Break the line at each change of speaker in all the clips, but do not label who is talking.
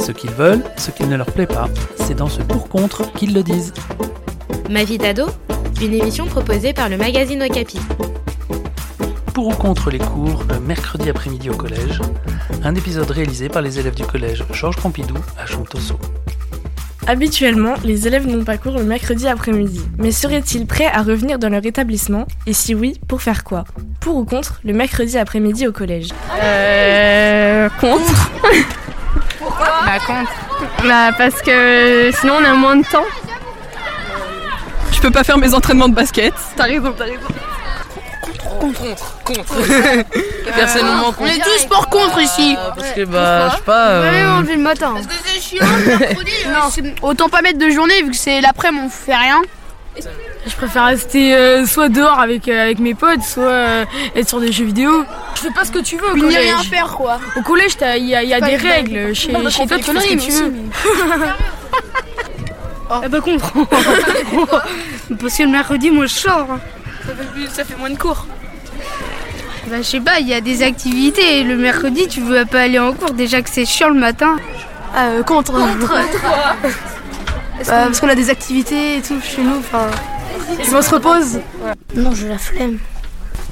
Ce qu'ils veulent, ce qui ne leur plaît pas, c'est dans ce pour-contre qu'ils le disent.
Ma vie d'ado, une émission proposée par le magazine Okapi.
Pour ou contre les cours le mercredi après-midi au collège, un épisode réalisé par les élèves du collège Georges Pompidou à Chantosso.
Habituellement, les élèves n'ont pas cours le mercredi après-midi, mais seraient-ils prêts à revenir dans leur établissement Et si oui, pour faire quoi Pour ou contre le mercredi après-midi au collège
Euh. Contre.
Bah contre.
Bah, parce que sinon on a moins de temps.
Je peux pas faire mes entraînements de basket.
T'as raison, t'as raison.
Contre, contre. Personnellement,
On est tous pour contre ici.
Parce que bah, je sais pas. euh,
on le fait le matin.
que c'est chiant mercredi, euh,
Non, c'est- autant pas mettre de journée vu que c'est l'après-midi, on fait rien.
Je préfère rester euh, soit dehors avec, euh, avec mes potes, soit euh, être sur des jeux vidéo. Je fais pas ce que tu veux au
Puis n'y
collège.
rien faire quoi.
Au collège, t'as- il y a, il y a
Pas
des
une-
règles. Chez,
Bah,
chez
on
toi,
fait
tu
des
fais ce que
conneries,
tu
mais
veux.
Ah bah comprends. Parce que le mercredi, moi je sors.
hein.
Ça fait moins de cours.
Bah je sais pas, il y a des activités. Le mercredi, tu veux pas aller en cours déjà que c'est chiant le matin. Ah, euh, contre. hein. Bah, parce qu'on a des activités et tout chez nous. Enfin, on se repose.
Non, je la flemme.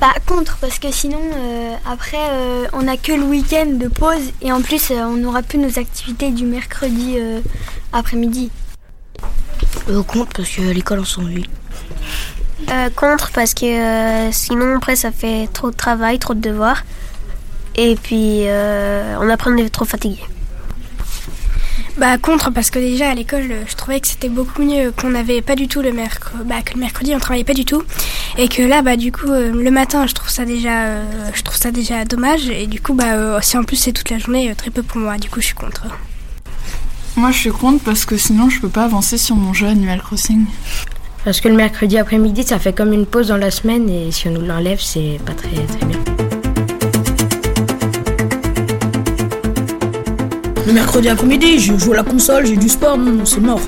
Bah, contre, parce que sinon, euh, après, euh, on a que le week-end de pause et en plus, euh, on n'aura plus nos activités du mercredi euh, après-midi.
contre parce que l'école on s'ennuie.
Euh, contre, parce que euh, sinon, après, ça fait trop de travail, trop de devoirs. Et puis, euh, on apprend d'être trop fatigué.
Bah contre parce que déjà à l'école euh, je trouvais que c'était beaucoup mieux qu'on n'avait pas du tout le mercredi bah, que le mercredi on travaillait pas du tout et que là bah du coup euh, le matin je trouve ça déjà euh, je trouve ça déjà dommage et du coup bah euh, si en plus c'est toute la journée euh, très peu pour moi du coup je suis contre.
Moi, je suis contre parce que sinon, je peux pas avancer sur mon jeu Animal Crossing.
Parce que le mercredi après-midi, ça fait comme une pause dans la semaine et si on nous l'enlève, c'est pas très, très bien.
Le mercredi après-midi, je joue à la console, j'ai du sport, non, non, c'est mort.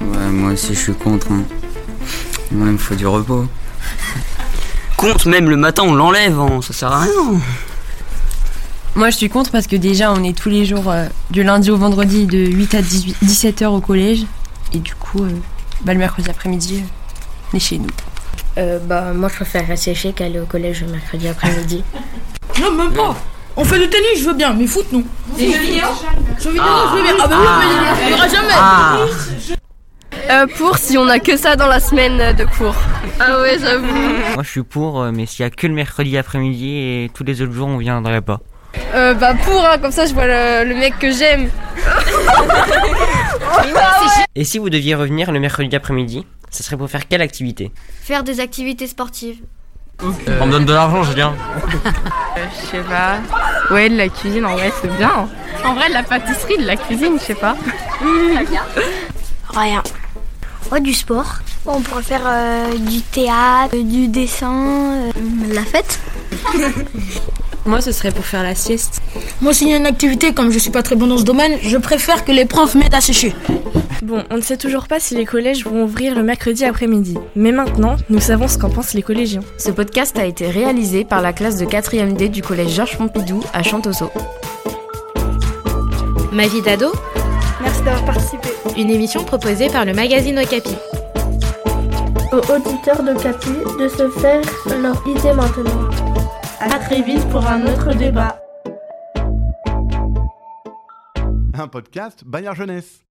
Ouais, moi aussi je suis contre. hein. Moi, il me faut du repos.
Contre, même le matin, on l'enlève, hein, ça sert à rien.
Moi, je suis contre parce que déjà, on est tous les jours euh, du lundi au vendredi de 8 à 18 17h au collège. Et du coup, euh, bah, le mercredi après-midi, euh, on est chez nous.
Euh, bah moi je préfère rester chez qu'aller au collège le mercredi après-midi.
Non, même pas. On fait du tennis, je veux bien, mais foot, non.
Des jeux vidéo
Jeux vidéo,
Ah.
je veux bien. Ah bah oui, mais il y en aura jamais.
Ah.
Euh, pour si on a que ça dans la semaine de cours. Ah ouais, j'avoue.
Moi, je suis pour, euh, mais s'il y a que le mercredi après-midi et tous les autres jours, on viendrait pas.
Euh, bah pour, hein, comme ça je vois le, le mec que j'aime.
Et si vous deviez revenir le mercredi après-midi, ça serait pour faire quelle activité
Faire des activités sportives.
Euh,
On me donne de l'argent, je viens.
je sais pas. Ouais, de la cuisine, en vrai, c'est bien. hein. En vrai, de la pâtisserie, de la cuisine, je sais pas.
Rien. Ouais, du sport. On pourrait faire euh, du théâtre, euh, du dessin, euh, de la fête.
Moi, ce serait pour faire la sieste.
Moi, s'il y a une activité, comme je suis pas très bon dans ce domaine, je préfère que les profs m'aident à sécher.
Bon, on ne sait toujours pas si les collèges vont ouvrir le mercredi après-midi, mais maintenant, nous savons ce qu'en pensent les collégiens.
Ce podcast a été réalisé par la classe de 4e D du collège Georges Pompidou à Chantosso. Ma vie d'ado,
Merci d'avoir participé.
une émission proposée par le magazine Okapi.
aux auditeurs de Capi de se faire leur idée maintenant.
À très vite pour un autre débat.
Un podcast Bayard Jeunesse.